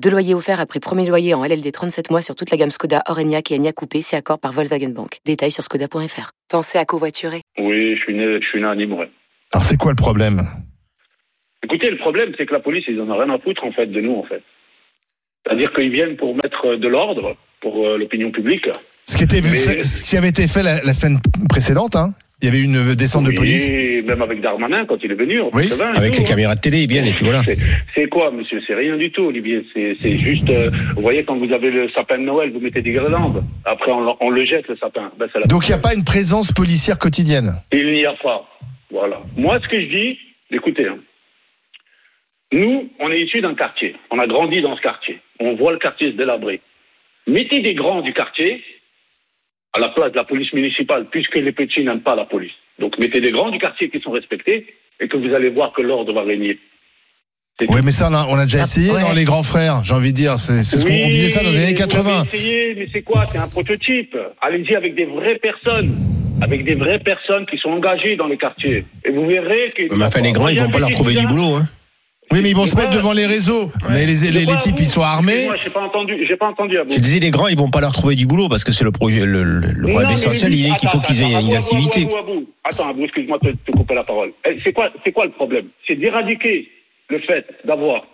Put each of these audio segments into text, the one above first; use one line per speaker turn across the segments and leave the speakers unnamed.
Deux loyers offerts après premier loyer en LLD 37 mois sur toute la gamme Skoda, Orenia et Enya Coupé, si accord par Volkswagen Bank. Détails sur skoda.fr. Pensez à covoiturer.
Oui, je suis né, je suis né à Nîmes, ouais.
Alors c'est quoi le problème
Écoutez, le problème, c'est que la police, ils en ont rien à foutre, en fait, de nous, en fait. C'est-à-dire qu'ils viennent pour mettre euh, de l'ordre pour euh, l'opinion publique.
ce qui, était vu-
Mais-
fait- ce qui avait été fait la, la semaine précédente, hein il y avait eu une descente de police.
Et même avec Darmanin, quand il est venu, on
Oui,
se vint et
Avec
tout,
les
hein.
caméras de télé, bien, et puis voilà.
C'est- C'est quoi, monsieur C'est rien du tout, Olivier. C'est c'est juste, euh, vous voyez, quand vous avez le sapin de Noël, vous mettez des guirlandes. Après, on, le- on le jette, le sapin. Ben, c'est la-
Donc il n'y a pas une présence policière quotidienne.
Il n'y a pas. Voilà. Moi, ce que je dis, écoutez, hein. nous, on est issus d'un quartier. On a grandi dans ce quartier. On voit le quartier se délabrer. Mettez des grands du quartier à la place de la police municipale, puisque les petits n'aiment pas la police. Donc, mettez des grands du quartier qui sont respectés et que vous allez voir que l'ordre va régner. C'est
Oui, mais ça, on a, on a déjà
Ah,
essayé
ouais.
dans Les Grands Frères, j'ai envie de dire. C'est c'est ce qu'on
Oui,
on disait ça dans les années
vous
80.
avez essayé, mais c'est quoi C'est un prototype. Allez-y avec des vraies personnes. Avec des vraies personnes qui sont engagées dans les quartiers. Et vous verrez que.
Mais enfin, les grands, ils vont pas leur trouver du boulot, hein.
Oui, mais ils vont se
Moi,
mettre devant les réseaux. Mais les, les-
je
les
vois,
types,
vous-
ils sont armés.
Moi, j'ai pas entendu. J'ai pas entendu à vous.
Je disais, les grands, ils vont pas leur trouver du boulot parce que c'est le projet, le, le- le
Mais non,
problème
mais
essentiel,
le but-
il est qu'il faut
attends,
qu'ils
attends,
aient une
Abou, Abou,
activité.
Abou, Abou, Abou. Attends, Abou, excuse-moi de te couper la parole. Eh, C'est quoi, c'est quoi le problème C'est d'éradiquer le fait d'avoir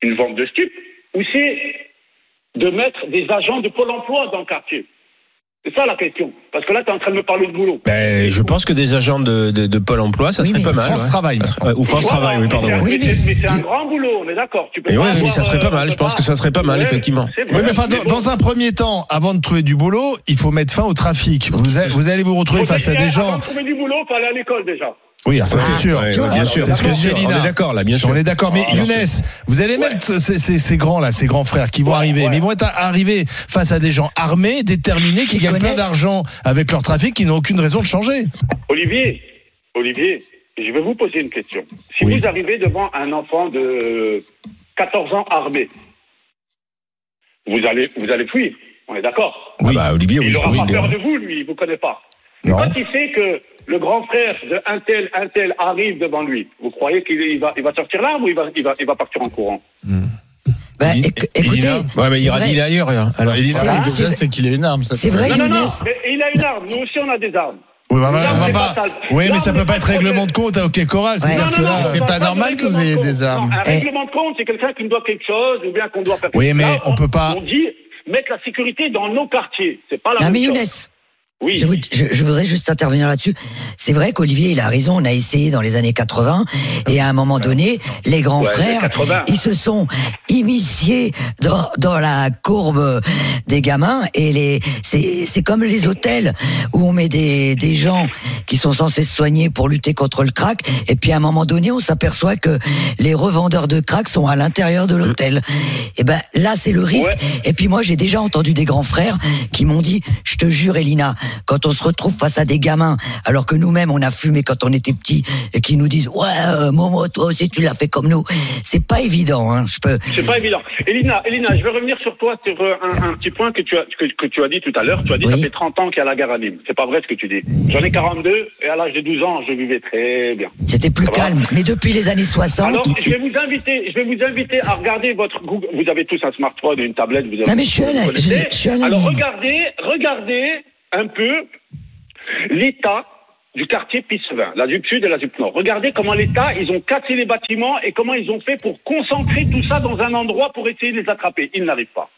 une vente de stupes ou c'est de mettre des agents de Pôle emploi dans le quartier C'est ça la question. Parce que là, tu es en train de me parler de boulot.
Ben, je pense que des agents de, de, de Pôle emploi, ça
Oui,
serait
mais
pas mal.
France
ouais.
Travail, maintenant.
Ouais, Ou France
Voilà,
Travail, oui,
mais
pardon.
c'est un-
ouais.
Mais c'est mais c'est un grand boulot, on est d'accord. Tu peux
Et
pas
ouais,
avoir,
ça serait
euh,
pas mal,
tu
je
peux
pense que ça serait pas mal,
Ouais,
effectivement.
c'est vrai,
Oui, mais enfin, dans,
bon.
dans un premier temps, avant de trouver du boulot, il faut mettre fin au trafic. Vous, a- vous allez vous retrouver
Faut
face à
déjà,
des
eh, Avant
gens.
de trouver du boulot, faut aller à l'école déjà.
Oui, ça c'est sûr.
Ouais,
Tu
ouais,
vois,
bien sûr,
C'est ce que
bien
disait
sûr,
Lina.
On est d'accord, là, bien sûr.
On est d'accord, mais
Ah, alors,
Younes, vous allez mettre ces, ces- ces grands là, ces grands frères qui vont
Ouais,
arriver,
ouais.
mais ils vont être arrivés face à des gens armés, déterminés, qui, gagnent plein d'argent avec leur trafic, qui n'ont aucune raison de changer.
Olivier, Olivier, je vais vous poser une question. Si
Oui.
vous arrivez devant un enfant de 14 ans armé, vous allez, vous allez fuir. On est d'accord.
Ah bah, Olivier, oui,
il
je
n'aura
trouve,
pas
il est-
peur de vous, lui, il vous connaît pas. Mais
Non.
quand il sait que le grand frère de un tel, un tel arrive devant lui, vous croyez qu'il il va, il va sortir l'arme ou il va, il va, il va partir en courant
Bah,
Il-
éc-
il-
écoutez,
Lina Ouais, mais
c'est
il ira
vrai.
il est ailleurs. hein. Alors, il
C'est vrai, c'est vrai.
c'est qu'il a une arme, ça.
C'est vrai,
Non, non, non.
Younes.
mais Il a une arme. Nous aussi, on a des armes.
Oui, bah, bah,
L'arme
on va
n'est
pas.
pas sale.
Oui, mais
L'arme
ça peut
n'est
pas
pas
être
sale.
règlement de compte à OK Coral.
Ah,
Ouais.
C'est-à-dire
Non,
que
non,
là.
non,
c'est
on
pas
parle
normal
de
que vous ayez
règlement de
des
compte.
armes.
Non, un
Eh.
règlement de compte, c'est quelqu'un qui nous doit quelque chose ou bien qu'on doit faire quelque
Oui, mais
chose. Là,
on peut pas-
On dit mettre la sécurité dans nos quartiers. C'est pas la
Non,
même
mais
chose.
Younes,
Oui.
je, vous- je- je voudrais juste intervenir là-dessus. C'est vrai qu'Olivier, il a raison. On a essayé dans les années 80 et à un moment donné, les grands
Ouais,
frères,
80.
ils se sont initiés dans, dans la courbe des gamins et les, c'est, c'est comme les hôtels où on met des, des gens qui sont censés se soigner pour lutter contre le crack et puis à un moment donné, on s'aperçoit que les revendeurs de crack sont à l'intérieur de l'hôtel. Et ben, là, c'est le risque.
Ouais.
Et puis moi, j'ai déjà entendu des grands frères qui m'ont dit, je te jure, Elina, quand on se retrouve face à des gamins, alors que nous-mêmes, on a fumé quand on était petits, et qui nous disent, ouais, euh, Momo, toi aussi, tu l'as fait comme nous. C'est pas évident, hein, je peux.
C'est pas évident. Elina, Elina, je vais revenir sur toi sur euh, un, un petit point que tu as que, que tu as dit tout à l'heure. Tu as dit
Oui.
ça fait 30 ans qu'il y a la gare à Nîmes. C'est pas vrai ce que tu dis. J'en ai 42 et à l'âge de 12 ans, je vivais très bien.
C'était plus
Ça va
calme. Mais depuis les années 60.
Ah Alors, je vais vous inviter, je vais vous inviter à regarder votre Google. Vous avez tous un smartphone et une tablette. Vous avez
Non, mais je suis à la-
vous connaissez.
je- je suis à la
Alors
ligne.
regardez, regardez un peu l'état du quartier Pissevin, la ZUP Sud et la ZUP Nord. Regardez comment l'État, ils ont cassé les bâtiments et comment ils ont fait pour concentrer tout ça dans un endroit pour essayer de les attraper. Ils n'arrivent pas.